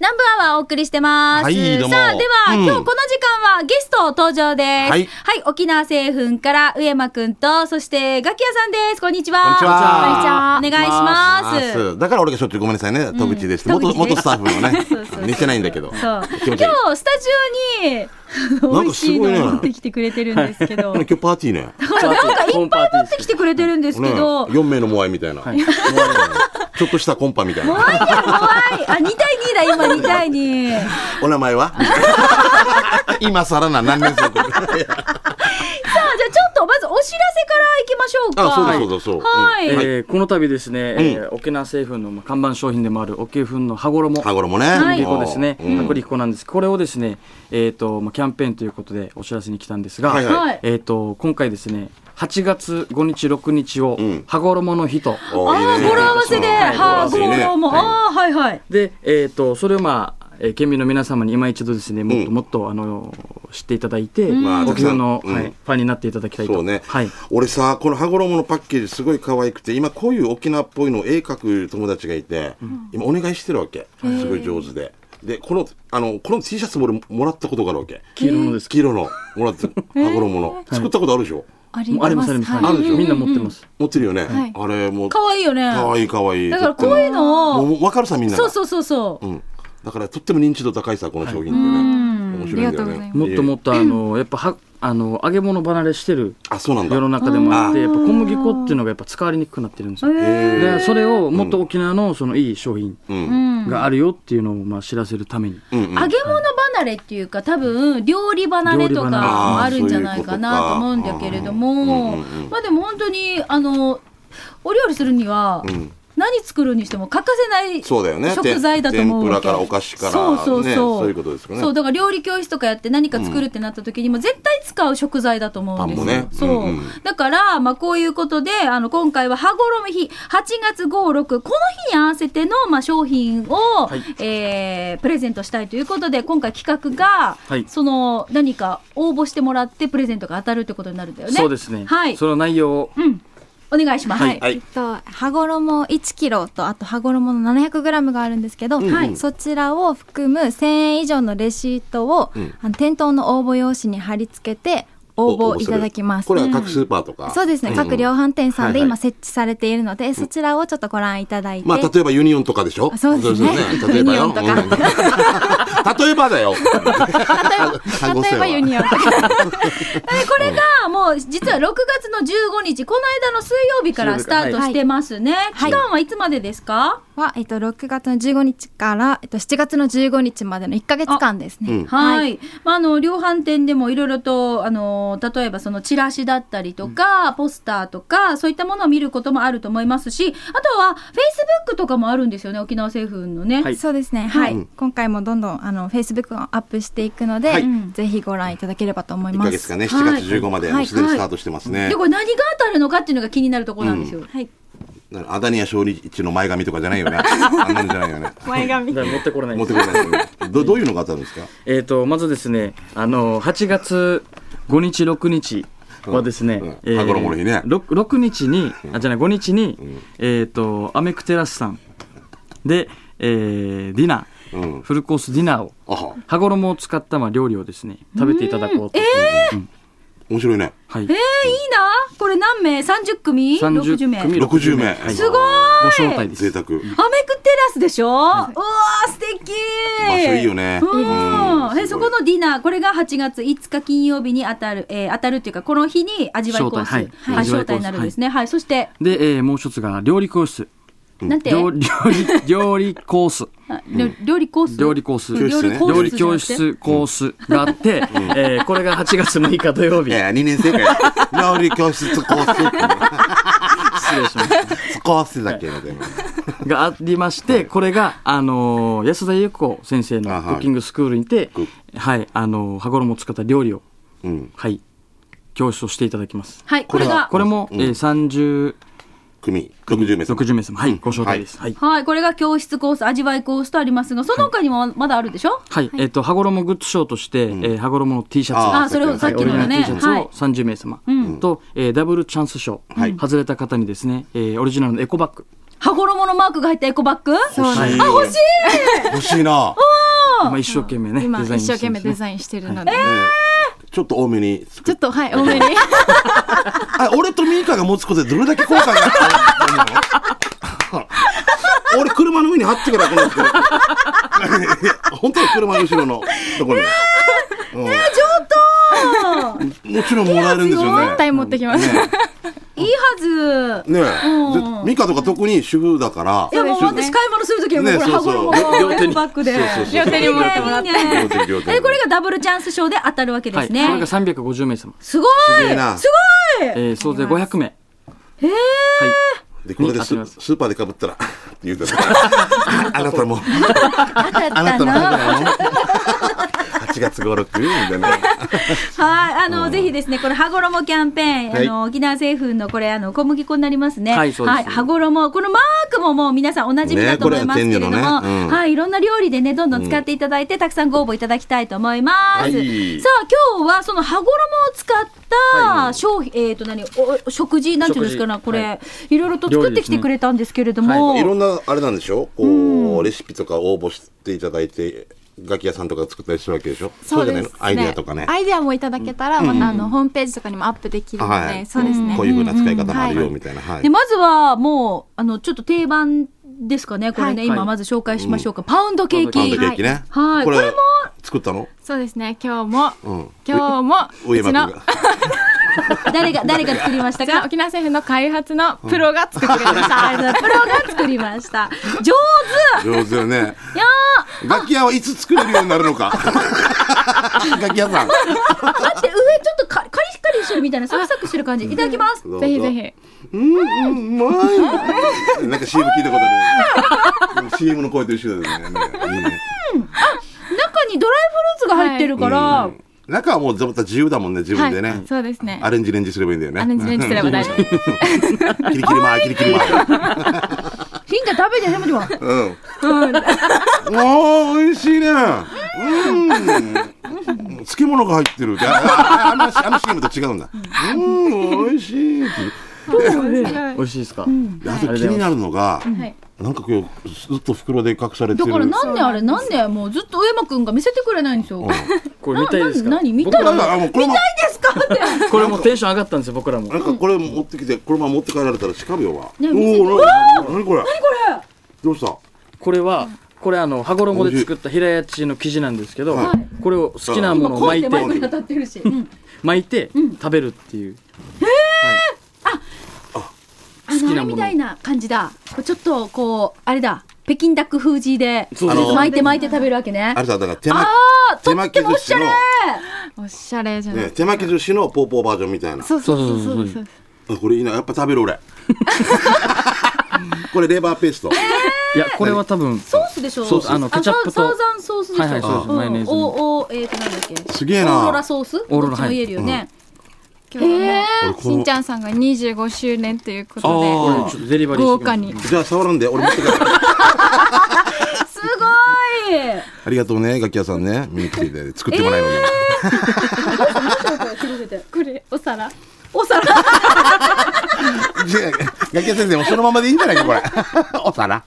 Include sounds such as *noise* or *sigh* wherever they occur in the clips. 南部アワーお送りしてます。はいどうもさあ、では、うん今日この時間はゲスト登場です。ははいい、沖縄製粉から上間くんと、そしてガキヤさんです。こんにちは。こんにちはこんにちはお願いします。あだから俺がしょっちゅうごめんなさいね、戸口です。うん元戸口元ですスタッフのね *laughs* そうそうそう、寝てないんだけど。そう気今持ち悪い日スタジオにな美味んかすしいごいねのを持ってきてくれてるんですけど、今日パーティーね。ねなんかいっぱい持ってきてくれてるんですけど、 4名のモアイみたいな。はいちょっとしたコンパみたいな。怖いや怖い。あ、2対2だ、今2対2。お名 *laughs* 前は今更な、何年生これさあ、じゃあちょっとまずお知らせからいきましょうか。あ、そうだそうだそう。はいうんえーこの度ですね、えー沖縄製粉のまあ看板商品でもある沖粉の羽衣羽衣もね。はいリコですね、うん薄力粉なんですこれをですね、えーとまあ、キャンペーンということでお知らせに来たんですが、はいはいはいえー、と今回ですね8月5日6日をうん羽衣の日と、おあいいねあ、語呂合わせで、はいはあ、語語呂合わせいいね呂も、はいああ、はいはい。で、えー、とそれをまあえー県民の皆様に今一度ですねもっとうんもっと、あの知っていただいて、まあ沖縄の、たくさんはいうんファンになっていただきたいとそうね、はい、俺さこの羽衣のパッケージすごい可愛くて今こういう沖縄っぽいのを絵描く友達がいて、今お願いしてるわけすごい上手ででこのあのこの T シャツも俺もらったことがあるわけ黄色のです黄色のもらってる羽衣の作ったことあるでしょ、あもうありますあります、ははいいあるでしょみんな持ってます、持ってるよね、はいあれもう可愛いよね。かわいいかわいいだからこういうのをもう分かるさみんながそうそうそうそう。うん、だからとっても認知度高いさこの商品ってね、面白いんだよねもっともっとあのやっぱはあの揚げ物離れしてるあそうなんだ世の中でもあってやっぱ小麦粉っていうのがやっぱ使われにくくなってるんですよ。へでそれをもっと沖縄のそのいい商品うんがあるよっていうのをまあ知らせるために。うんうん揚げ物離れっていうか多分料理離れとか料理離れもあるんじゃないかなと思うんだけれどもあーそういうことかうんうんうんまあでも本当にあのお料理するにはん何作るにしても欠かせないそうだよね食材だと思うわけ天ぷらからお菓子からそうそうそうねそういうことですよねそうだから料理教室とかやって何か作るってなった時にも絶対使う食材だと思うんですよ、パンもねそう、うんうんだからまあこういうことであの今回は羽衣日8月56この日に合わせてのまあ商品を、はいえープレゼントしたいということで今回企画が、はいその何か応募してもらってプレゼントが当たるってことになるんだよねそうですね。はいその内容をうんお願いします、はいはえっいと、羽衣1キロとあと羽衣の7 0 0ムがあるんですけど、はいそちらを含む1000円以上のレシートを、うんあの店頭の応募用紙に貼り付けて応募いただきますこれは各スーパーとか、そうですね、各量販店さんはでいはい今設置されているので、そちらをちょっとご覧いただいて、まあ例えばユニオンとかでしょあそうですねそう例えばよユニオンとかうん例えばだよ単語性例えばはユニでオン *laughs* これがもう実は6月の15日この間の水曜日からスタートしてますね、は期い間はいつまでですか、は、えっと、6月の15日から、えっと、7月の15日までの1か月間ですね。うんはい、はまあ、あの量販店でもいろいろとあの例えばそのチラシだったりとか、ポスターとかそういったものを見ることもあると思いますしあとはフェイスブックとかもあるんですよね沖縄製粉のね、はいそうですね、はい、うん今回もどんどんあの Facebook をアップしていくので、はいぜひご覧いただければと思い1まヶす。月かね7はい月15まではいもうすでにスタートしてますね、でこれ何が当たるのかっていうのが気になるところなんですよ、はい、だからアダニア勝利一の前髪とかじゃないよ *laughs* ねあんなんじゃないよね前だ髪から持ってこれない持でっすて。こないよねどどういうのが当たるんですかえっとまずですね、あの8月5日6日はですねうんうん、えー羽衣の日ねろく6日にあじゃない5日にえっとアメクテラスさんでえーディナうーんフルコースディナーをあは羽衣を使ったまあ料理をですね食べていただこうと。面白いねはいえー、いいなこれ何名30組30 60名組60名はいすごごー招いアメ待クで贅す。沢場テラスでしょ、うわー素敵所いいよね、うん、えすそごいこのディナー、これが8月5日金曜日に当たる、えー当たるっていうか、この日に味わいコース、招待はいあはい招待になるんですね、はい、そして、で、えーもう一つが料理教室。なんて、料料理、 *laughs* 料理コース。あ料料理コース、料理コース。料理コース、料理教室コースがあって、えーこれが8月6日土 *laughs* 曜日。いや2年生かよ料理教室コー *laughs* スってね失礼しまし少しだけみたいな。た。がありまして、これが、あのー安田裕子先生あのクはいッキングスクールにてク、はい、あのー羽衣を使った料理を、うん。はい、教室をしていただきます。はい、これが、これも、うんえー、組、60名30、様。 60名様、はい、ご招待です。はいはい、これが教室コース、味わいコースとありますが、その他にもまだあるでしょ、はい、えっ、と、羽衣グッズ賞として、えー羽衣の T シャツ。ああそれをささっっききオのリのジナルね、 T シャツはいを、30名様、と、えーダブルチャンス賞、はい外れた方にですね、えーオリジナルのエコバッグ羽衣のマークが入ったエコバッグ、欲しいあ欲しい、欲しいな。どまあ、一生懸命ね、今デザイン一して生るんですね懸命デザインしてるので、ちょっと多めに作っちょっとはい多めに *laughs* あ俺とミーカが持つことでどれだけ効果があったの *laughs* 俺車の上に貼ってからこの人 *laughs* 本当は車の後ろのところに、うんもちろんもらえるんですよね絶対持ってきます、ねいいはずねえうんでミカとか特に主婦だからいやもうそうです私ね買い物するときはもうねこれそう箱そうの両両手にバッグでそうそうそう両手に持ってもらっていいねいい両手ねに両手にえこれがダブルチャンス賞で当たるわけではすい、ね、それが350名様、すごいすげえなすごいえー、総勢500名でこれでス合ってますスーパーでかぶったら *laughs* って言うたらあなたも当たったあなたもな8月5、6みたいなはい、あの、ぜひですね、これ、羽衣キャンペーン、はいあの、沖縄製粉の、これ、あの、小麦粉になりますね。はいそうです羽衣、このマークももう皆さんお馴染みだと思いますけれども、ねこれは天女のねうんはい、いろんな料理でね、どんどん使っていただいて、たくさんご応募いただきたいと思います。はいさあ、今日はその羽衣を使った商品、えっ、と、何、お、食事、なんていうんですかな、食事これ、、はいろいろと作ってきてくれたんですけれども、いろんなあれなんでしょこう、レシピとか応募していただいて楽器屋さんとか作ったりするわけでしょそうじゃでなすいねのアイデアとかねアイデアもいただけたら、またあのホームページとかにもアップできるので、はいそうですねこういうふうな使い方もあるうんうんよはいみたいな、はいで、まずは、もう、あの、ちょっと定番ですかね、これね、はい今まず紹介しましょうか。パウンドケーキ。パウンドケーキね、はいこれこれも作ったのそうですね今日も、うん今日も上うちの山君が誰が、誰が作りましたうちのか沖縄政府の開発のプロが作ってくれました、あのプロが作りました。上上手よね手や楽器屋はいつ作れるようになるの *laughs* か楽器屋さーん待って、上ちょっとカリカリカリしてるみたいな、サクサクしてる感じ。いただきます。どうぞぜひぜひうんうんうまいなんか CM 聞いたことある、ね、CM の声と一緒だよねねいいね中にドライフルーツが入ってるから、うん中はもうまた自由だもんね自分でね、はい、そうですねアレンジレンジすればいいんだよね。アレンジレンジすれば大丈夫夫。キリキリマー、キリキリマー。ヒンタ食べて、食べては。うん。ああ、美味しいね。うん。漬物が入ってる。あああの、あの CM と違うんだ。うん、美味しいって。はい美味しいですか、であと気になるのが、はいなんか今日ずっと袋で隠されてだる。からなんであれ、なんでもうずっと上山くんが見せてくれないんですよ。うんこれ見たいですかな何見た僕ららなんかあもうこれもですかって。これもうテンション上がったんですよ僕らもなんかこれ持ってきて、このまま持って帰られたら叱るよわ。おね見せてーななにここれれ。どうしたこれはこれあの羽衣で作った平屋地の生地なんですけど、はいこれを好きなも今のをこう巻やっていてマイクに当たってるし。うん巻いて食べるっていう、あの、あれみたいな感じだ。こうちょっと、こう、あれだ。北京ダック風味で、そうそう巻いて巻いて食べるわけね。あれさ、だから手巻ああ、と手っ巻てきもお寿し司ゃれの、おしゃれじゃない、ね手巻き寿司のポーポーバージョンみたいな。そうそうそそうそううそそううそうそうあこれいいなやっぱ食べる俺これレバーペーストいやこれは多分ソースでしょソースあのケチャップとサウザンソースでしょはいはいそうですんマヨネーズのお、お、えっと、なんだっけすげえなオーロラソースオーロラどっちも言えるよね。今日は俺もこうのしんちゃんさんが25周年というこあとーちょっとデリバでリー豪してきま華すにじゃあ触るんで俺持って帰るすごいありがとうね楽器屋さんね見に来ていただいて作ってもらえるのに、これお皿お皿じゃあ楽器屋先生もそのままでいいんじゃないかこれお皿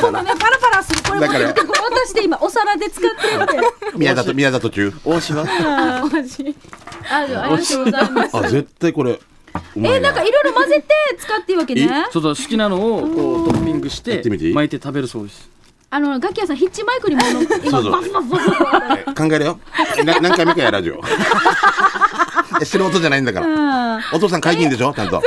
このね、 *laughs* パラパラする。これだもからこれ私で今、お皿で使ってるって。宮里宮里中大島あ美味しいあ、じゃあありがとうございます。あ絶対これうまいえ、なんかいろいろ混ぜて使っていいわけね。ちょっと好きなのをこうトッピングしてやってみていい巻いて食べるそうですあの、ガキヤさん、ヒッチマイクにも、今、そうそうバフバフバフバフ。え考えるよな何回目かやラジオ *laughs* え素人じゃないんだからうんお父さん会議員でしょちゃんと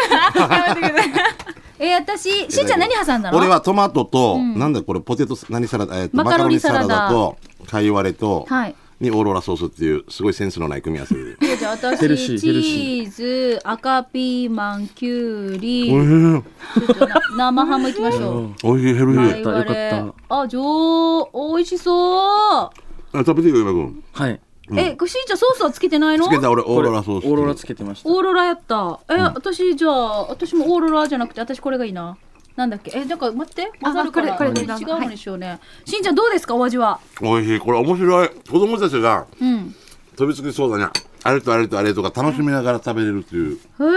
えー、私、しんちゃん何挟んだの俺はトマトと、なんだこれポテト何サラダ、えっとママカロカロニニササラダラダとカイワレと、はいにオーロラソースっていうすごいセンスのない組み合わ *laughs* せでじゃあヘル私シーチヘルシーズ赤ピーマンきゅうりおいしちょっとな生ハムいきましょういおいしいヘルシはーいよかった我々よかあ上おいしそう、あ食べていいよ今君はいえこれしーちゃんソースはつけてないのつけた俺オこーれロラソースオーロラつけてましたオーロラやったえ、私じゃあ私もオーロラじゃなくて私これがいいななんだっけえなんか待って混ざるからあこれこれ違でうのにしようね、しんちゃんどうですかお味はおいしいこれ面白い子供たちがうん飛びつきそうだねあれとあれとあれとか楽しみながら食べれるっていへうえご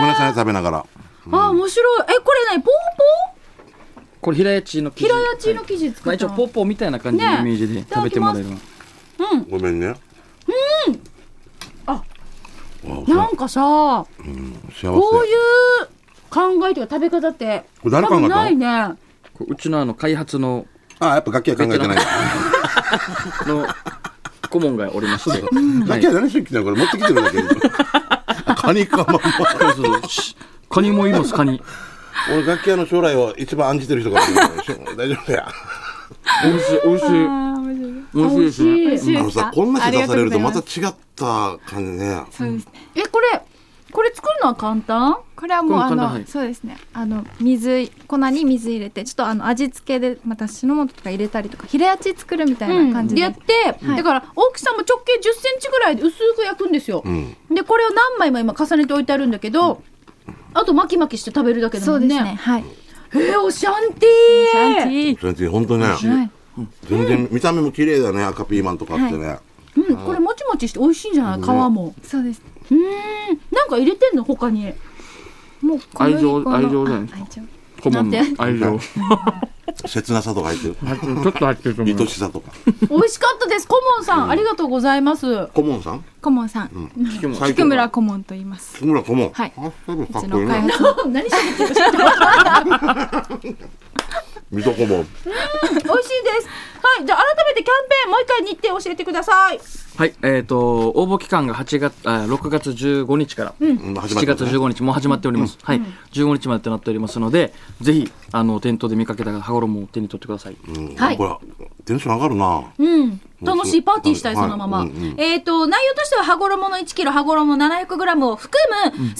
めんなさいね食べながらあ面白いえこれ何ポンポンこれ平屋地の生地平屋地の生地作ったのまあ、一応ポッポみたいな感じのねイメージで食べてもらえるいただきうんごめんね。あわあなんかさ幸せ。こういう考えというか食べ方ってこれ誰考多分えたのないねこううちのあの開発のあ、やっぱ楽器は考えてない。 *laughs* の顧問がおりましては楽い器は何しに来たのこれ持ってきてるだけ。 *laughs* あカニかまんま。そうそうしカニもいますカニ俺楽器屋の将来を一番案じてる人がいるからしょ *laughs* 大丈夫だよ。美味しい美味しい美味しいですね美味しいあのさ、こんな人出されるとまたありがとうございま違った感じね。そうですね。えこれこれ作るのは簡単これはもうこれあ簡単はのいそうですね。あの水粉に水入れてちょっとあの味付けでまた酢の素とか入れたりとかヒレアチ作るみたいな感じでで。やって、はいだから大きさも直径1 0センチぐらいで薄く焼くんですよ、うん。でこれを何枚も今重ねて置いてあるんだけど、あと巻き巻きして食べるだけだそもうんですねね。はい。えー、おシャンテシィーャンティそれって本当ね、ー。はい。全然見た目も綺麗だね、赤ピーマンとかあってね。うん、これもちもちして美味しいんじゃない皮もそうですね。うーんなんか入れてんの他にもう小麦粉の愛情愛情じゃないですあ愛情顧問の愛情ち切なさとか入ってる。ょっと入ってると思いま愛すしさとか。美味しかったですコモンさん、ありがとうござい *laughs* ます顧問さん顧問さん。菊も最菊村顧問と言います。木村顧問。はいあ。そういうのうかちっこいのい開ね。発の。何しゃ *laughs* べってる水戸顧問。美味しいですはいじゃあ改めてキャンペーンもう一回日程教えてくださいはいえっ、と応募期間が8月あ6月15日から、うん始ま7りまし月たね15日もう始まっております、はい15日までとなっておりますのでぜひあの店頭で見かけた羽衣を手に取ってくださいうんはいこれ、テンション上がるな。うん、楽しいパーティーしたい、はいそのまま。うんうんえっ、と、内容としては、羽衣の1キロ、羽衣700グラムを含む、1000円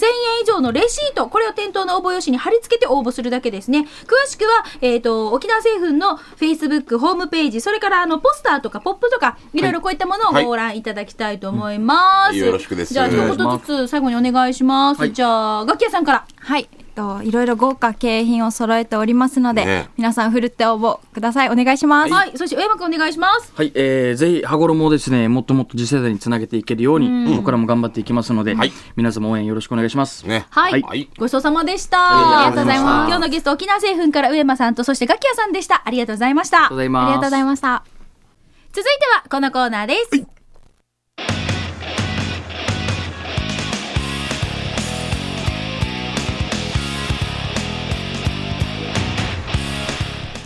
以上のレシート、これを店頭の応募用紙に貼り付けて応募するだけですね。詳しくは、えっ、と、沖縄製粉の Facebook、ホームページ、それから、あの、ポスターとか、ポップとか、いろいろこういったものはいをご覧いただきたいと思います。うんよろしくですじゃあ、一お願言いずつ、最後にお願いします。はいじゃあ、ガキヤさんから。はい。えっといろいろ豪華景品を揃えておりますので、ね皆さん振るって応募ください。お願いします。はい、そして、上山くんお願いします。はい、えー、ぜひ羽衣をですねもっともっと次世代につなげていけるように僕らも頑張っていきますので、皆様応援よろしくお願いします、ね。はい、はいごちそうさまでした。あありがとうございました今日のゲスト、沖縄製粉から上間さんと、そしてガキヤさんでした。ありがとうございました。ありありがとうございまました。続いてはこのコーナーです。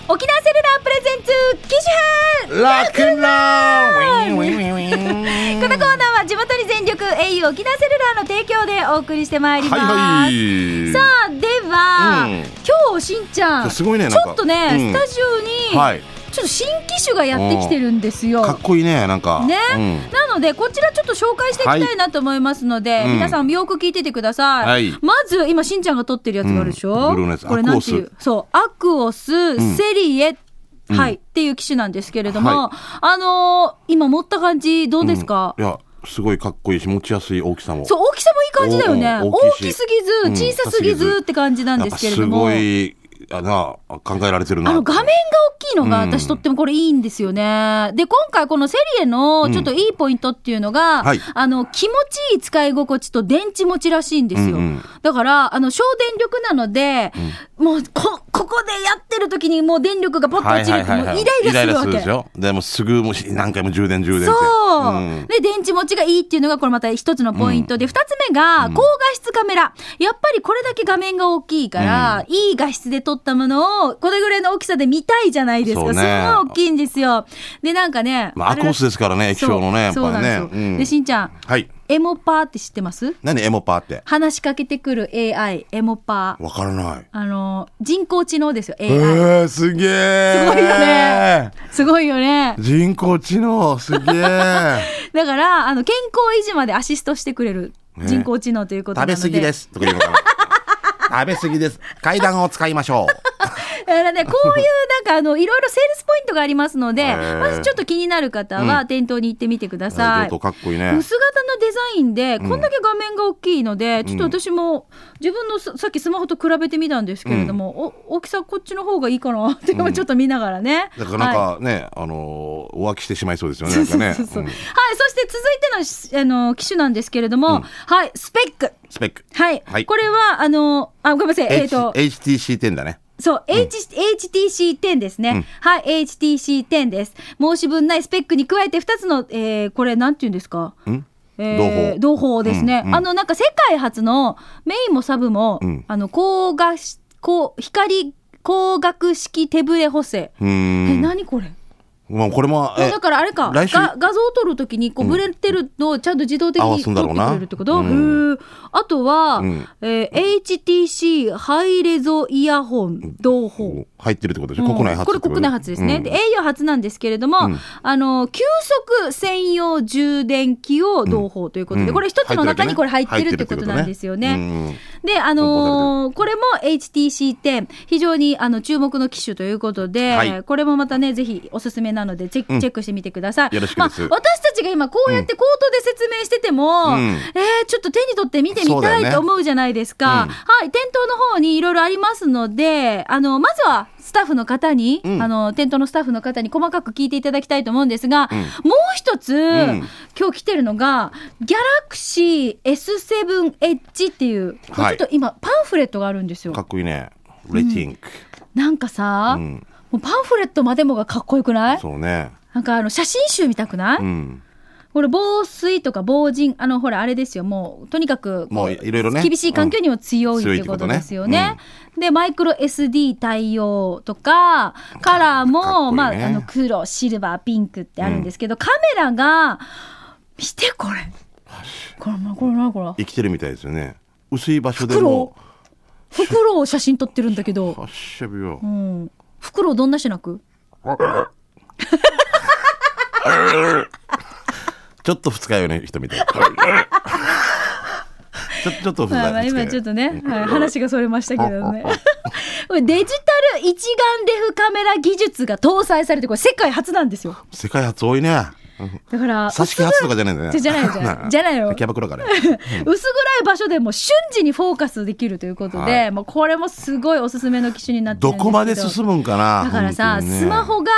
沖縄セルラープレゼンツ機種編ラクラウィンウィンウィンウィン *laughs* このコーナーは地元に全力 au 沖縄セルラーの提供でお送りしてまいります、はいはい。さあでは、うん今日しんちゃんすごいねなんちかょっとね、うんスタジオに、はい。ちょっと新機種がやってきてるんですよかっこいいね、なんか。ねうんなのでこちらちょっと紹介していきたいなと思いますので、はいうん皆さんよく聞いててください、はいまず今しんちゃんが撮ってるやつがあるでしょ、うんブルーのやつこれなんていアクうそうアクオス、んセリエうんはい、っていう機種なんですけれども、はあのー今持った感じどうですか、うんいや、すごいかっこいいし、持ちやすい大きさも。そう大きさもいい感じだよね大おきー大きいしすぎずうん小さすぎずって感じなんですけれども、やっぱすごい、あなあ、考えられてるな。あの画面が大きいのがうん私とってもこれいいんですよね。で、今回このセリエのちょっといいポイントっていうのが、はいあの、気持ちいい使い心地と電池持ちらしいんですよ。うんうんだから、あの、省電力なので、もうこ、ここでやってる時にもう電力がポッと落ちるって、もうイライラするわイライラするけでし。ょ。でもすぐもうし何回も充電充電って。そう、んで、電池持ちがいいっていうのが、これまた一つのポイントで、二、つ目が、高画質カメラ。やっぱりこれだけ画面が大きいから、いい画質で撮ったものを、これぐらいの大きさで見たいじゃないですか。そうねすごい大きいんですよ。で、なんかね。まあ、アコースですからね、液そう晶のね、やっそうぱなりんですねよ。うんで、しんちゃん、はい。エモパーって知ってます何エモパーって。話しかけてくる AI、エモパー。わからない。あの、人工知能ですよ、え AI。ー、すげえ。すごいよね。すごいよね。人工知能、すげえ。だから、あの、健康維持までアシストしてくれるね人工知能ということな食ので。べ過ぎです。とか言うのかな。食べ過ぎです。階段を使いましょだから *laughs* ね、こういうなんかあの、いろいろセールスポイントがありますのへで、ーまずちょっと気になる方は店頭に行ってみてくだう。 *laughs* さい。とかっこいいね。薄型のデザインで、こんだけ画面が大きいので、ちょっと私も自分のささっきスマホと比べてみたんですけれども、お大きさこっちの方がいいかなって、ちょっと見ながらね。だからなんはいかね、あのー、浮気してしまいそうですよね。なんかね。そうそうそううんはい、そして続いてのしあの機種なんですけれども、はい、スペック。スペック。はい、はいこれは、あの、あ、ごめんなさい、えっ、と、 H- HTC10 だね。そう、H HTC10 ですね、はい HTC10 です申し分ないスペックに加えて2つの、えーこれなんて言うんですかうんえー、同胞ですね、うんうんあのなんか世界初のメインもサブも、うんあの光学し光光学式手ブレ補正、うーえん。何これまあこれも、えだからあれか来週が画像を撮るときにこうブレてるのをちゃんと自動的合わにす撮んっだてろうなくれるってこと、うんへーあとは、うんえー HTC ハイレゾイヤホン同胞、入ってるってことでしょ、うん国内初ってこれと国内初ですね、うんで au 初なんですけれども、うんあの急速専用充電器を同胞ということで、うんこれ一つの中にこれ入ってるってことなんですよね。で、あのーこれも HTC10 非常にあの注目の機種ということで、はいこれもまたねぜひおすすめなのでチェック,、うんチェックしてみてくださいよろしくですまあ、私たちが今こうやって口頭で説明してても、うんえーちょっと手に取って見てそみうだよたねいと思うじゃないですか、うんはい店頭の方にいろいろありますのであのまずはスタッフの方に、うんあの店頭のスタッフの方に細かく聞いていただきたいと思うんですが、んもう一つ、ん今日来てるのがギャラクシー S7 エッジっていうこれはいちょっと今パンフレットがあるんですよか。っこいいね。レティンク。なんかさ、うんもうパンフレットまでもがかっこよくないそうね。なんかあの写真集見たくない、うん。これ防水とか防塵あのほらあれですよもうとにかくこもういいろいろね厳しい環境にも強いっていうことですよね。でマイクロ SD 対応とかカラーかっこいも、いねまあ、あの黒シルバーピンクってあるんですけど、カメラが見てこれこれこれこれこれ生きてるみたいですよね。薄い場所で袋も。袋を写真撮ってるんだけど、発射日よう。ん、袋をどんなしなくちょっと二日酔いの人 *laughs* みたい。ちょちょっと二まあまあ日酔い今ちょっとね、はい、話がそれましたけどね *laughs* これデジタル一眼レフカメラ技術が搭載されてこれ世界初なんですよ世界初多いね。うんだから挿し木初とかじゃないんだね。じゃないじゃないじゃないよキャバクラから。薄暗い場所でも瞬時にフォーカスできるということで、はもうこれもすごいおすすめの機種になってるんどですけどこまで進むんかな。だからさ、本当にねスマホが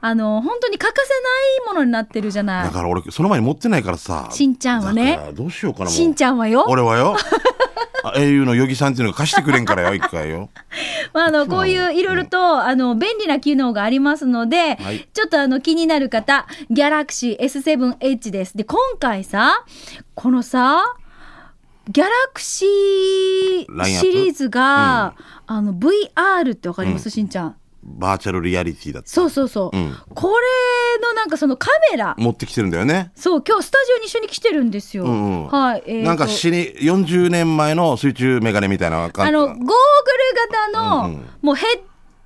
あの本当に欠かせないものになってるじゃないだから俺、その前に持ってないからさ。しんちゃんはねだからどうしようかな、もうしんちゃんはよ俺はよ。 *laughs* あ au のヨギさんっていうのが貸してくれんからよ、一回よ。まあ、あのこういういろいろとあの便利な機能がありますので、はいちょっとあの気になる方、ギャラクシー S7 Edge です。で、今回さ、このさ、ギャラクシーラインナップシリーズが、あの VR ってわかります、しんちゃん。バーチャルリアリティだって。そうそうそう。うんこれのなんかそのカメラ、持ってきてるんだよね。そう、今日スタジオに一緒に来てるんですよ。うんうんはい。えーとなんか死に、40年前の水中メガネみたいな感あじ。の、ゴーグル型の、うんうんもうヘッ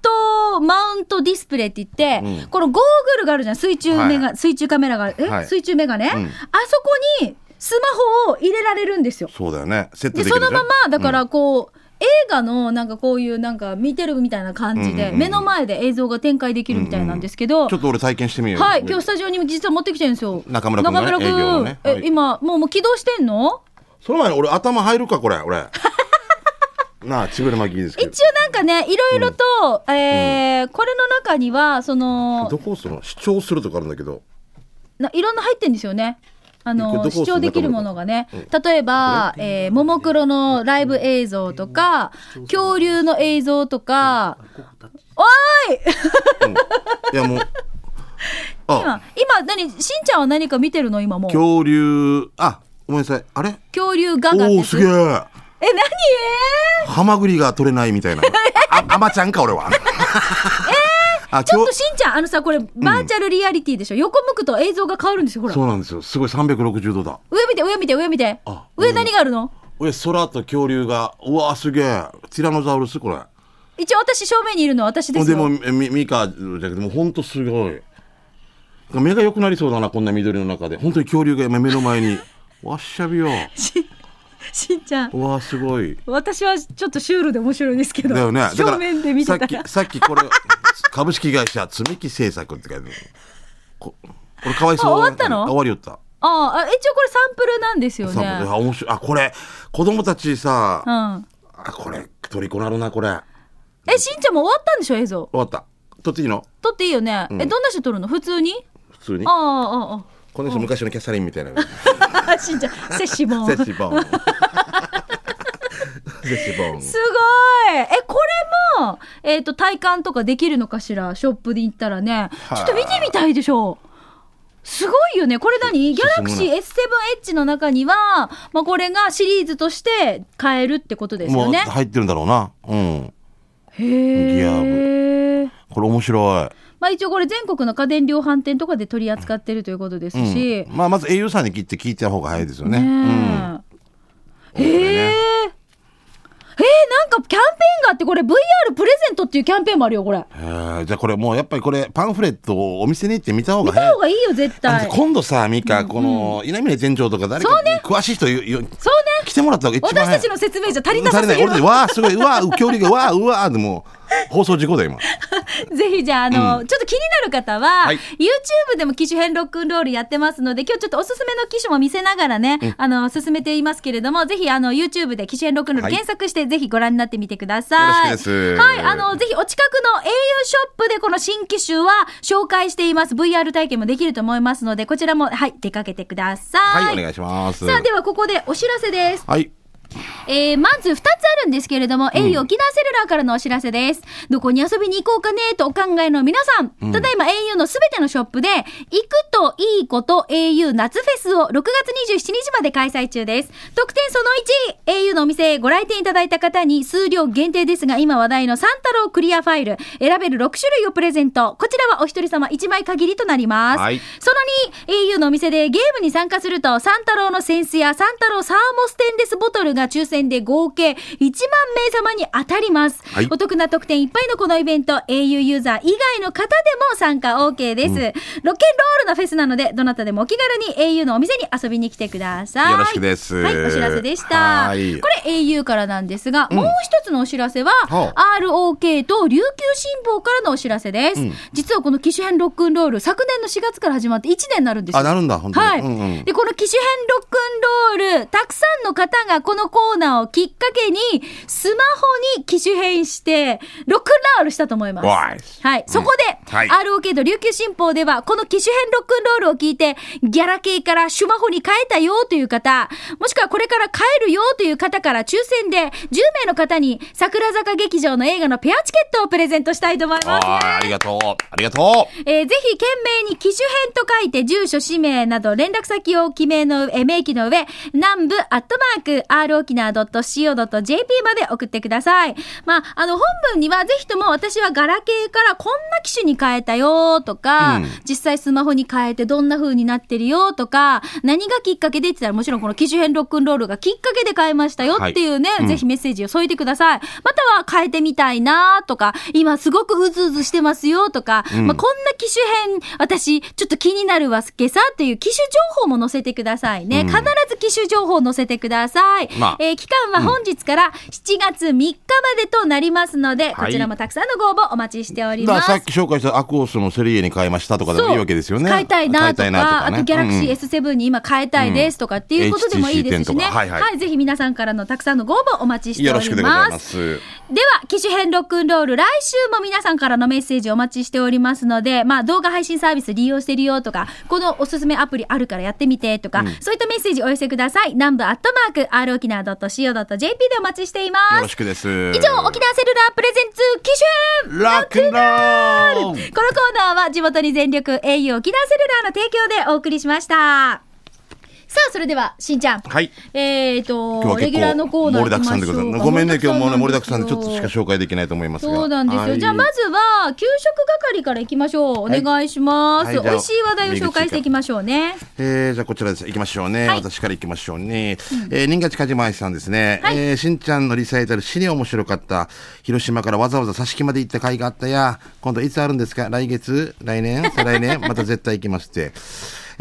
ドマウントディスプレイって言って、うんこのゴーグルがあるじゃん、水中メガ、は水中カメラが、え、はい水中メガネ、んあそこにスマホを入れられるんですよ。そうだよね。セットで、できるそでしょのまま、だからこう、映画のなんかこういうなんか見てるみたいな感じうんうんで、うん目の前で映像が展開できるみたいなんですけど、ちょっと俺体験してみようよ。はい、今日スタジオに実は持ってきてるんですよ。中村君がね中営業の村ね君、はえ、い今、もうもう起動してんのその前に俺頭入るか、これ、 *laughs* 俺。なあ、ちぐるまきですけど。一応なんかね、いろいろと、えーこれの中には、そのど、こをその、主張するとかあるんだけど。ないろんな入ってんですよね。あこれどの、こ視聴できるものがね。例えば、えーももクロのライブ映像とか、恐竜の映像とか、*laughs* いや、もう。今あ、、今何、しんちゃんは何か見てるの今もう。恐竜、あ、ごめんなさい。あれ恐竜ガガおおでー、すすげえ。え、何ハマグリが取れないみたいな。あ、あまちゃんか、俺 *laughs* は。あ、ちょ今っと日、しんちゃん、あのさ、これ、バーチャルリアリティでしょ、横向くと映像が変わるんですよ、ほらそ。うなんですよ。すごい360度だ。上見て、上見て、上見てあ。上何があるのえ、空と恐竜が、うわ、すげえ。ティラノザウルス、これ。一応私、正面にいるのは私ですでよ。も、えみ、ミカじゃなくて、もうほんとすごい。目が良くなりそうだな、こんな緑の中で。本当に恐竜が今目の前に。 *laughs* わっしゃびよ。しんちゃん。うわ、すごい。私はちょっとシュールで面白いんですけど、だよね。だから正面で見てたさっらき、さっきこれ、株式会社、積み木製作って書いてある。こ俺、かわいそう。あ終わったの終わりよった。あああ一応これサンプルなんですよさあ、ね。あ面白い。あ、これ、子供たちさ、うん、あ、これ、トリコなるな、これ。終えしんちゃんもう終わったんでしょ映像わった。撮っていいの撮っていいよね、んえどんな人撮るの普通に普通にあ。あこの人、昔のキ *laughs* ャサリンみたいな。あああしんちゃんセッシボンセッシーボン。ゼシボンすごいえ、これも、えっ、と、体感とかできるのかしらショップで行ったらね。はいちょっと見てみたいでしょう。すごいよね。これ何ギャラクシー S7H の中には、まあ、これがシリーズとして買えるってことですよもうね。入ってるんだろうな。うん。へーギアこれ面白まあ一応これ全国の家電量販店とかで取り扱ってるということですい。うんし。まあ、まず au さんに聞いて聞いた方が早いですよね。うん。ねえ。へえ。えー、なんかキャンペーンがあって、これ VR プレゼントっていうキャンペーンもあるよ、これ。えーじゃあこれもうやっぱりこれパンフレットをお店に行って見た方が見た早い方。がいいよ、絶あ対。の今度さ、ミカ、この、稲峰店長とか誰か、詳しい人よ、よそうね。来てもらった方が一番早い。私たちの説明じゃ足りなさ足すりぎない。る俺で、わあ、すごい、うわあ、恐竜が、わあ、うわあ、でもう、放送事 *laughs* 故だよ、今。ぜひじゃあ、あの、ちょっと気になる方は、はい YouTube でも機種編ロックンロールやってますので、今日ちょっとおすすめの機種も見せながらね、あの、進めていますけれども、ぜひあの、YouTube で機種編ロックンロールはい検索して、ぜひご覧になってみてください。よろしくですはい、あの、ぜひお近くの au ショップでこの新機種は紹介しています。VR 体験もできると思いますので、こちらも、はい、出かけてください。はい、お願いします。さあ、ではここでお知らせです。はい。えー、まず2つあるんですけれども、au 沖縄セルラーからのお知らせです。どこに遊びに行こうかねとお考えの皆さん、ただいま au のすべてのショップで、行くといいこと au 夏フェスを6月27日まで開催中です。特典その1、au のお店へご来店いただいた方に数量限定ですが、今話題のサンタロークリアファイル、選べる6種類をプレゼント。こちらはお一人様1枚限りとなります。はいその2、au のお店でゲームに参加すると、サンタロウの扇子やサンタロウサーモステンレスボトルが抽選で合計1万名様に当たります。はいお得な特典いっぱいのこのイベント、au ユーザー以外の方でも参加 OK です。ロケンロールのフェスなので、どなたでもお気軽に au のお店に遊びに来てください。よろしくですはい、お知らせでした。こはれい au からなんですが、もう一つのお知らせは、は ROK と琉球新報からのお知らせです。実はこの機種編ロックンロール、昨年の4月から始まって1年になるんですよ。あ、なるんだ、本当に。はい、うんうんで、この機種編ロックンロール、たくさんの方がこのコーナーをきっかけに、スマホに機種変して、ロックンロールしたと思います。わいはい。そこで、はい ROK と琉球新報では、この機種編ロックンロールを聞いて、ギャラ系からスマホに変えたよという方、もしくはこれから変えるよという方から抽選で、10名の方に、桜坂劇場の映画のペアチケットをプレゼントしたいと思います。あーありがとう。ありがとう。えーぜひ、懸命に機種編と書いて、住所、氏名など、連絡先を記名の、えー明記の上、南部アットマーク、r 沖縄 .co.jp まで送ってください。まあ、あの、本文には、ぜひとも私はガラケーからこんな機種に変えたよとか、うん実際スマホに変えてどんな風になってるよとか、何がきっかけでって言ったら、もちろんこの機種編ロックンロールがきっかけで変えましたよっていうね、はいうんぜひメッセージを添えてください。または変えてみたいなとか、今すごくうずうずしてますよとか、まあ、こんな機種編、私ちょっと気になるわすけさっていう機種情報も載せてくださいね。必ず機種情報を載せてください。まあえー期間は本日から7月3日までとなりますので、はいこちらもたくさんのご応募お待ちしておりだかまらす。さっき紹介したアクオスのセリエに変えましたとかでもいいわけですよね。変えたいなとか、変えたいなあとギャラクシー S7 に今変えたいですとかっていうことでもいいですしね。 HTC10 とかはいはいぜひ皆さんからのたくさんのご応募お待ちしてよおろしりくでござま。いますす。では、機種編ロックンロール、来週も皆さんからのメッセージお待ちしておりますので、まあ動画配信サービス利用してるよとか、このおすすめアプリあるからやってみてとか、そういったメッセージお寄せください。南部アットマーク、r 沖縄 .co.jp でお待ちしていまよろす。しくです。以上、沖縄セルラープレゼンツ、機種編ラックンロールこのコーナーは地元に全力 au 沖縄セルラーの提供でお送りしました。さあ、それでは、しんちゃん。はい。えーと、今日はレギュラーの結コー構ナー盛りだくさんでございます。ごめんね、今日もね、盛りだくさんでちょっとしかょ紹介できないと思いますが。そうなんですよ。じゃあ、まず。ずは、給食係からいきましょう。おはい願いします。はいじゃあ美味しい話題を紹介していきましょうね。えー、じゃあこちらです。行きましょうね。はい私から行きましょうね。えー、新勝かじまいさんですね。はいえー、しんちゃんのリサイタル、死に面白かった。広島からわざわざ佐敷まで行った会があったや。今度いつあるんですか来月来年再 *laughs* 来年また絶対行きますって。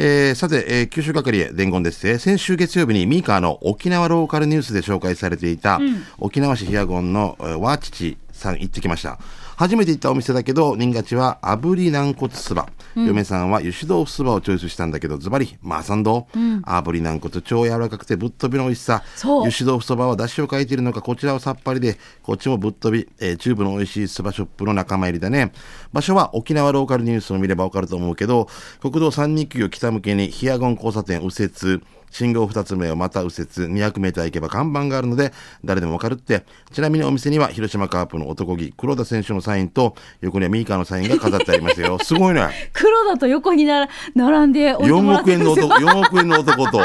えー、さて、えー、九州係へ伝言です、ね。先週月曜日にミーカーの沖縄ローカルニュースで紹介されていた、沖縄市ヒアゴンのえーワーチチさん行ってきました。初めて行ったお店だけど、新勝は炙り軟骨そば。嫁さんは油脂豆腐そばをチョイスしたんだけど、ズバリ、マーサンド。炙り軟骨超柔らかくてぶっ飛びの美味しさ。そう油脂豆腐そばは出汁をかいているのか、こちらはさっぱりで、こっちもぶっ飛び、えー中部の美味しいそばショップの仲間入りだね。場所は沖縄ローカルニュースを見ればわかると思うけど、国道329を北向けに、ヒアゴン交差点右折、信号2つ目をまた右折 200m 行けば看板があるので誰でもわかるってちなみにお店には広島カープの男気黒田選手のサインと横にはミーカーのサインが飾ってありましたよすご *laughs* いね黒だと横になら並んで置いてもら4っ億て円るのんですよ男4億円の男と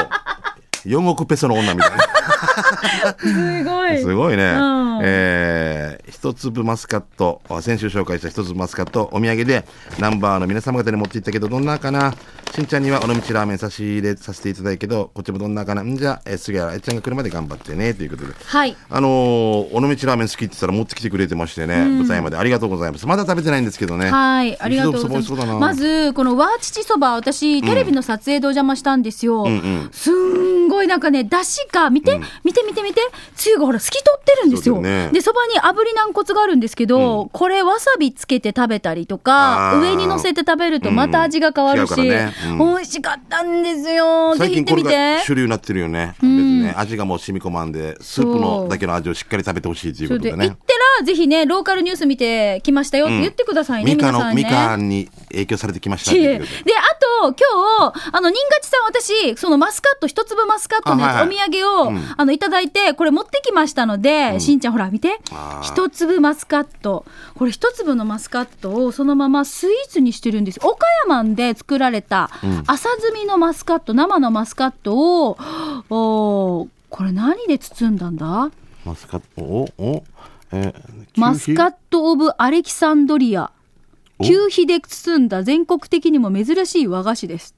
4億ペソの女みたいなすごいすごいね。うんえー一粒マスカット、あ先週紹介した一粒マスカット、お土産で、ナンバーの皆様方に持って行ったけど、どんなかなしんちゃんには尾道ラーメン差し入れさせていただいたけど、こっちもどんなかなんじゃ、えー、杉原愛ちゃんが来るまで頑張ってね、ということで。はいあのー尾道ラーメン好きって言ったら持ってきてくれてましてね、舞台までありがとうございます。まだ食べてないんですけどね。はい、ありがとうございま一す。度そば美味しそうだなまず、このワーチチそば、私、テレビの撮影でお邪魔したんですよ。んすんごいなんかね、だしが、見て、見て見て見て、つゆがほら、透き通ってるんですそよ。うだよねで、そばに炙り軟骨があるんですけど、これ、わさびつけて食べたりとあか、ー上に乗せて食べると、また味が変わるし、うん違うからねう美味しかったんですよ。ぜ最ひ行って近こみれがて。主流になってるよね。別にね、味がもう染み込まんで、スープそのうだけの味をしっかり食べてほしいというそこれとで、で行っね。たら、ぜひね、ローカルニュース見てきましたよって言ってくださいね、ミカ皆さの、んね。ミカに影響されてきましたといいえでうことで。、あと、今日、あの、新勝さん、私、そのマスカット、一粒マスカットのやつ、あはいはいお土産を、うんあの、いただいて、これ持ってきましたので、しんちゃん、ほら、見てあ。ー一粒マスカット。これ、一粒のマスカットを、そのままスイーツにしてるんです。岡山で作られた、浅摘みのマスカット、生のマスカットを、おーこれ何で包んだんだマスカット、お、お、えー、マスカット・オブ・アレキサンドリア。お求肥で包んだ全国的にも珍しい和菓子です。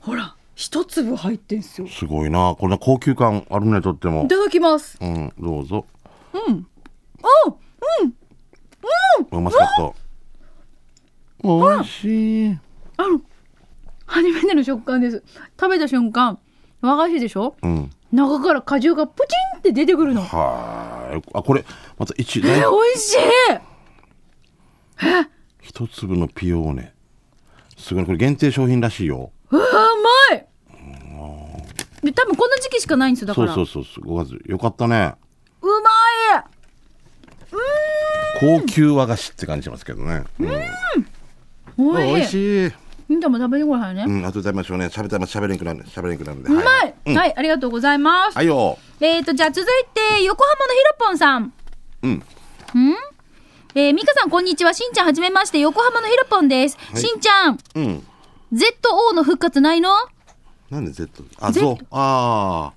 ほら、一粒入ってんすよ。いすごいな。こんな高級感あるね、とっても。ただきます。うん、どうぞ。おうん、マスカット。おいしい。あの、初めての食感です。食べた瞬間、和菓子でしょうん。中から果汁がプチンって出てくるの。はーい。あ、これ、また一、え、大美味しい一粒のピオーネ。すごい、これ限定商品らしいよ。うわ、甘いで、多分こんな時期しかないんですよ、だかそうら。そうそうそう、5月。よかったね。うまい高級和菓子って感じしますけどね。うん。おおいいしい。しい。みんなも食べてくださいね。うん、あとで食べましょうね。喋って、喋れんくなる、喋れんくなるんで。ううまい、はい、ありがとうございます。はいよ。えーと、じゃあ続いて、横浜のひろぽんさん。うんんえー、ミカさん、こんにちは。しんちゃん、はじめまして。横浜のひろぽんです。しんちゃん、うん。 ZO の復活ないのなんで Z? あ、 Z そう。あ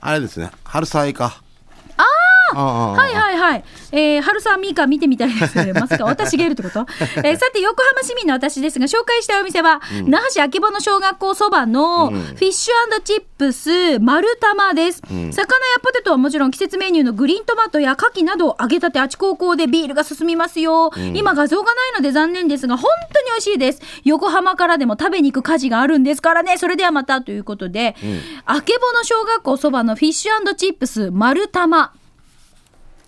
あ。あれですね。春菜か。ああ。はいはいはい。えー、春さん、ミーカ見てみたいですね。まさか、私げるってことえーさて、横浜市民の私ですが、紹介したいお店は、那覇市秋葉の小学校そばの、フィッシュチップス丸玉です、魚やポテトはもちろん季節メニューのグリーントマトや牡蠣などを揚げたてあち高校でビールが進みますよ、今画像がないので残念ですが、本当に美味しいです。横浜からでも食べに行く家事があるんですからね。それではまたということで、あけぼの小学校そばのフィッシュチップス丸玉。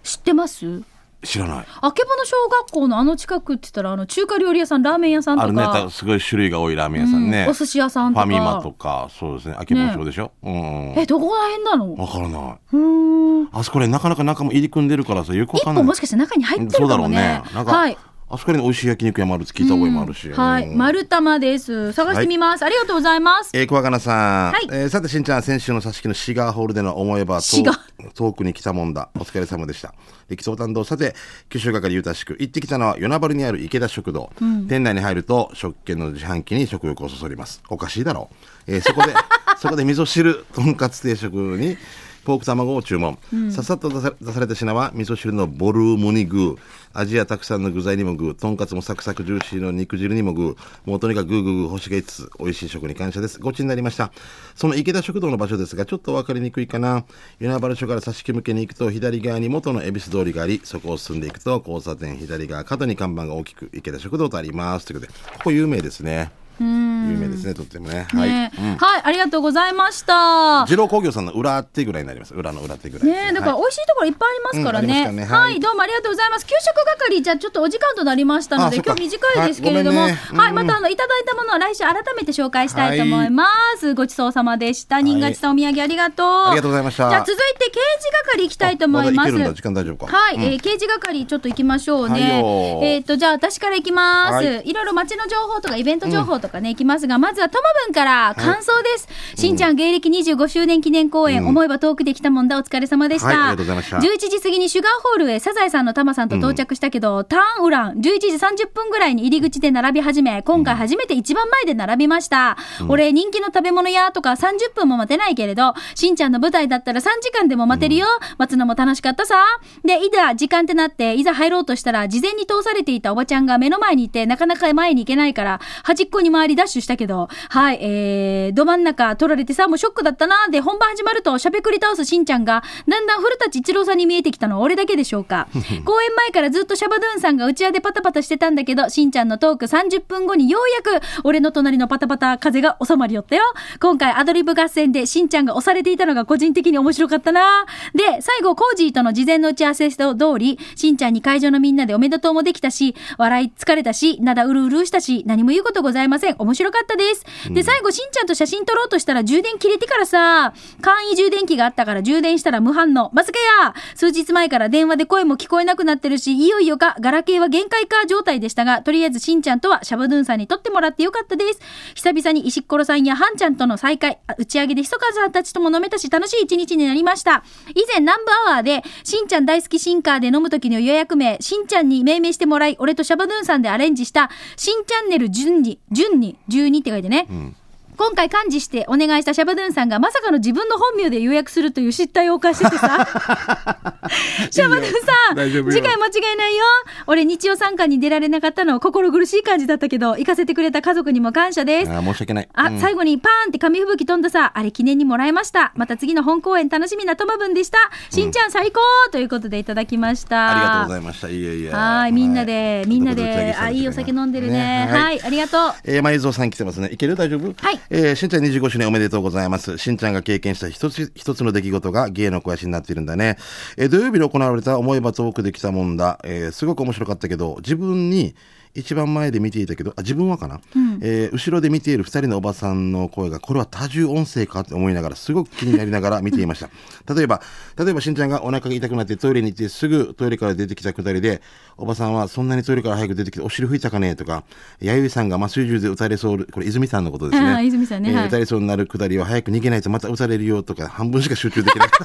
知ってます知らない。あけぼの小学校のあの近くって言ったらあの中華料理屋さんラーメン屋さんあとるね。か、たすごい種類が多いラーメン屋さんね。うんお寿司屋さんとかファミマとか、そうですね。秋元町でしょ。うん。えどこら辺なのわからなうーんい。あそこね、なかなか中も入り組んでるからさ、よくわ一かんな本い。もしかして中に入ってそうるだかろうもねね。なんか、はいあそこに美味しい焼肉屋もあるって聞いた覚えもあるし。はいうん丸玉です探してみます、ありがとうございますえー、小若菜さん、はいえーさてしんちゃん先週の挿し木のシガーホールでの思えば *laughs* シガ遠遠くに来たもんだお疲れ様でした力道担当さて九州係ゆうたしく行ってきたのは与那原にある池田食堂、店内に入ると食券の自販機に食欲をそそりますおかしいだろう、えー *laughs* そこでそこで味噌汁とんかつ定食にポーク卵を注文、さっさっと出さ出された品は味噌汁のボリュームにグー味やたくさんの具材にもグーとんかつもサクサクジューシーの肉汁にもグーもうとにかくグーグーグー星が5つ美味しい食に感謝ですごちになりましたその池田食堂の場所ですがちょっと分かりにくいかな与那原署から差し木向けに行くと左側に元の恵比寿通りがありそこを進んでいくと交差点左側角に看板が大きく池田食堂とありますということでここ有名ですね有名ですねとってもねはい、ねはい、ありがとうございました二郎工業さんの裏手ぐらいになります裏の裏手ぐらいですねえだからはい美味しいところいっぱいありますからうんありまね,、したねははいい、どうもありがとうございます給食係じゃあちょっとお時間となりましたのあでそっか今日短いですけれどもははいい、ごめんねうんまたあのいただいたものは来週改めて紹介したいと思います、ごちそうさまでした新勝さんお土産ありがとうありがとうございましたじゃあ続いて刑事係行きたいと思いまあだ行けるすんだ時間大丈夫かはい、えー刑事係ちょっと行きましょうはいねよ。えっ、と、じゃあ私から行きます。はいい、ろいろ街の情報とかイベント情報とかね、行きます。ますが、まずはともぶんから感想です。しんちゃん芸歴25周年記念公演、思えば遠くできたもんだ、お疲れ様でした。はいありがとうございました11時過ぎにシュガーホールへサザエさんのタマさんと到着したけど、ターンウラン、11時30分ぐらいに入り口で並び始め、今回初めて一番前で並びました。俺、人気の食べ物屋とか30分も待てないけれど、しんちゃんの舞台だったら3時間でも待てるよ。待つのも楽しかったさ。で、いざ時間ってなって、いざ入ろうとしたら、事前に通されていたおばちゃんが目の前にいて、なかなか前に行けないから、端っこに回りダッシュしたけど、はい、えー、ど真ん中取られてさ、もうショックだったな。で、本番始まると、しゃべくり倒すしんちゃんが、だんだん古舘一郎さんに見えてきたのは俺だけでしょうか。公演前からずっとシャバドゥンさんが打ち上げパタパタしてたんだけど、しんちゃんのトーク30分後にようやく、俺の隣のパタパタ風が収まりよったよ。今回アドリブ合戦でしんちゃんが押されていたのが個人的に面白かったな。で、最後、コージーとの事前の打ち合わせ通り、しんちゃんに会場のみんなでおめでとうもできたし、笑い疲れたし、なだうるうるしたし、何も言うことございません。面白かったです。で、最後、しんちゃんと写真撮ろうとしたら充電切れてからさ、簡易充電器があったから充電したら無反応。まさかや数日前から電話で声も聞こえなくなってるし、いよいよか、ガラケーは限界か状態でしたが、とりあえずしんちゃんとはシャバドゥンさんに撮ってもらってよかったです。久々に石ころさんやハンちゃんとの再会、あ打ち上げでひそかさんたちとも飲めたし、楽しい一日になりました。以前、南部アワーで、しんちゃん大好きシンカーで飲む時の予約名、しんちゃんに命名してもらい、俺とシャバドゥンさんでアレンジした、しんチャンネル順に、順に、12って書いてね。今回幹事してお願いしたシャバドゥンさんがまさかの自分の本名で予約するという失態を犯しててさシャバドゥンさん大丈夫よ次回間違いないよ俺日曜参加に出られなかったのは心苦しい感じだったけど行かせてくれた家族にも感謝ですあー申し訳ない。あ、最後にパーンって紙吹雪飛んださ、あれ記念にもらいました。また次の本公演楽しみなトマブンでした。しんちゃん最高、ということでいただきました。ありがとうございました。いやいや。はい、みんなで、みんなちょっで、と打ち上げしたあ、りいいおとか酒飲んでるね。はいはい、ありがとう。えー、前蔵さん来てますね。いける大丈夫はいえーしんちゃん25周年おめでとうございます。しんちゃんが経験した一つ一つの出来事が芸の肥やしになっているんだね。えー土曜日に行われた思えば遠くできたもんだ。えーすごく面白かったけど、自分に一番前で見ていたけど、あ、自分はかな、えー後ろで見ている二人のおばさんの声が、これは多重音声かって思いながら、すごく気になりながら見ていました。 *laughs* 例えば、例えばしんちゃんがお腹が痛くなってトイレに行ってすぐトイレから出てきたくだりで、おばさんはそんなにトイレから早く出てきてお尻拭いたかねとか、弥生さんが麻酔銃で撃たれそう、これ泉さんのことですああ *laughs* ね。泉さんねえーはい撃たれそうになるくだりは早く逃げないとまた撃たれるよとか、半分しか集中できない。 *laughs*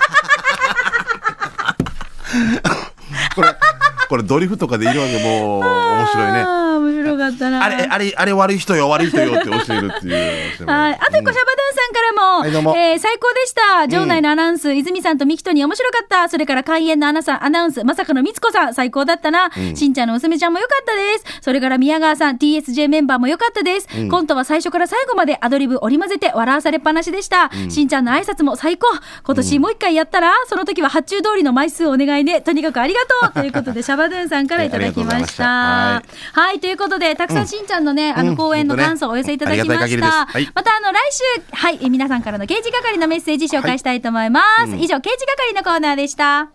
これ、これドリフとかでいるわけもう、面白いね。 *laughs* あー、面白かったな。あれ、あれ、あれ悪い人よ、悪い人よって教えるっていう。はい。あと一個、シャバドゥンさんはいかどらうも、もえー最高でした。場内のアナウンス、泉さんとミキトに面白かった。それから開演のアナさん、アナウンス、まさかのみつこさん、最高だったな。しんちゃんの娘ちゃんも良かったです。それから宮川さん、TSJ メンバーも良かったです。コントは最初から最後までアドリブ織り交ぜて笑わされっぱなしでした。しんちゃんの挨拶も最高。今年もう一回やったら、その時は発注通りの枚数をお願いね。とにかくありがとう。ということ *laughs* で、シャバドゥンさんからいただきました。はいありがとうございましたはいはい、ということで、たくさんしんちゃんのね、あうのん公演の感想をお寄せいただきまありしがたた。い限りですはいまた、あの、来週、はい、え皆さんからの刑事係のメッセージ紹介したいと思います。以上、刑事係のコーナーでした。